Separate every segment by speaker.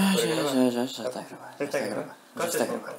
Speaker 1: Ah, já está a gravar. Já
Speaker 2: tá
Speaker 1: está a gravar. Já
Speaker 2: Gostas
Speaker 1: está a
Speaker 2: de
Speaker 1: gravar.
Speaker 2: boca?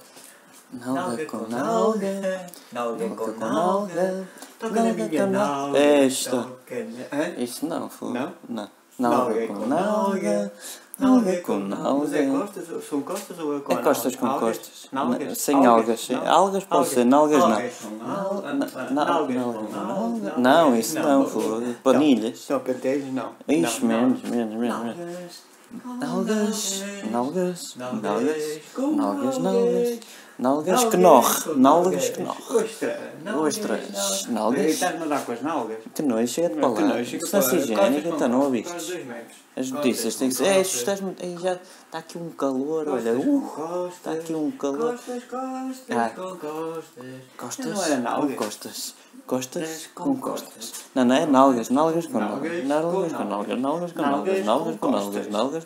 Speaker 1: Nalga com nalga.
Speaker 2: Nalga com
Speaker 1: Nalga com
Speaker 2: nalga.
Speaker 1: nalga.
Speaker 2: Toca na
Speaker 1: nalga
Speaker 2: minha
Speaker 1: com nalga. É
Speaker 2: nalga.
Speaker 1: Esta. É?
Speaker 2: toca na- Hã?
Speaker 1: Isso não, foi.
Speaker 2: Não?
Speaker 1: Não. Nalga com nalga. Nalga com
Speaker 2: Mas é
Speaker 1: nalga.
Speaker 2: costas, ou- são costas ou é com
Speaker 1: É costas com
Speaker 2: algas?
Speaker 1: costas.
Speaker 2: Nalgas?
Speaker 1: Sem algas. sim.
Speaker 2: Nal-
Speaker 1: Algas pode ser, nalgas não.
Speaker 2: Algas com nal-
Speaker 1: Na-
Speaker 2: ah,
Speaker 1: na-
Speaker 2: nalgas
Speaker 1: nalga
Speaker 2: com
Speaker 1: com
Speaker 2: nal-
Speaker 1: nalga.
Speaker 2: nalgas.
Speaker 1: Não, isso não,
Speaker 2: não.
Speaker 1: foda. Panilhas.
Speaker 2: Só penteiros, não.
Speaker 1: Ixi,
Speaker 2: Não,
Speaker 1: menos, menos, menos. menos.
Speaker 2: Nalgas.
Speaker 1: Nalgas, nalgas, nalgas,
Speaker 2: com
Speaker 1: nalgas, nalgas, nalgas
Speaker 2: Nalgas
Speaker 1: que
Speaker 2: é
Speaker 1: norre,
Speaker 2: com
Speaker 1: nalgas que norre.
Speaker 2: Ostra, nalgas,
Speaker 1: Ostras,
Speaker 2: nalgas.
Speaker 1: nalgas.
Speaker 2: Ei, Estás-me a dar com as nalgas?
Speaker 1: Que nojo, chega de
Speaker 2: Não, que
Speaker 1: palavra.
Speaker 2: nojo, chega para lá.
Speaker 1: Distância higiênica,
Speaker 2: Costas
Speaker 1: então
Speaker 2: com
Speaker 1: não
Speaker 2: costas, quase
Speaker 1: ouviste.
Speaker 2: dois metros.
Speaker 1: As
Speaker 2: Costas
Speaker 1: notícias têm que
Speaker 2: com
Speaker 1: ser. Ei,
Speaker 2: costas.
Speaker 1: isto estás muito. Ei, já está aqui um calor, olha.
Speaker 2: Costas
Speaker 1: Uh,
Speaker 2: com costas.
Speaker 1: está aqui um calor.
Speaker 2: Costas, costas,
Speaker 1: Ah.
Speaker 2: com costas.
Speaker 1: Costas
Speaker 2: Não era
Speaker 1: com
Speaker 2: nalgas.
Speaker 1: costas. Costas
Speaker 2: com
Speaker 1: com
Speaker 2: costas.
Speaker 1: costas. Não, não é nalgas, nalgas com
Speaker 2: Nalgas
Speaker 1: nalgas. Nalgas
Speaker 2: com
Speaker 1: com nalgas, nalgas com
Speaker 2: nalgas.
Speaker 1: nalgas, nalgas com
Speaker 2: Nalgas
Speaker 1: nalgas,
Speaker 2: com
Speaker 1: nalgas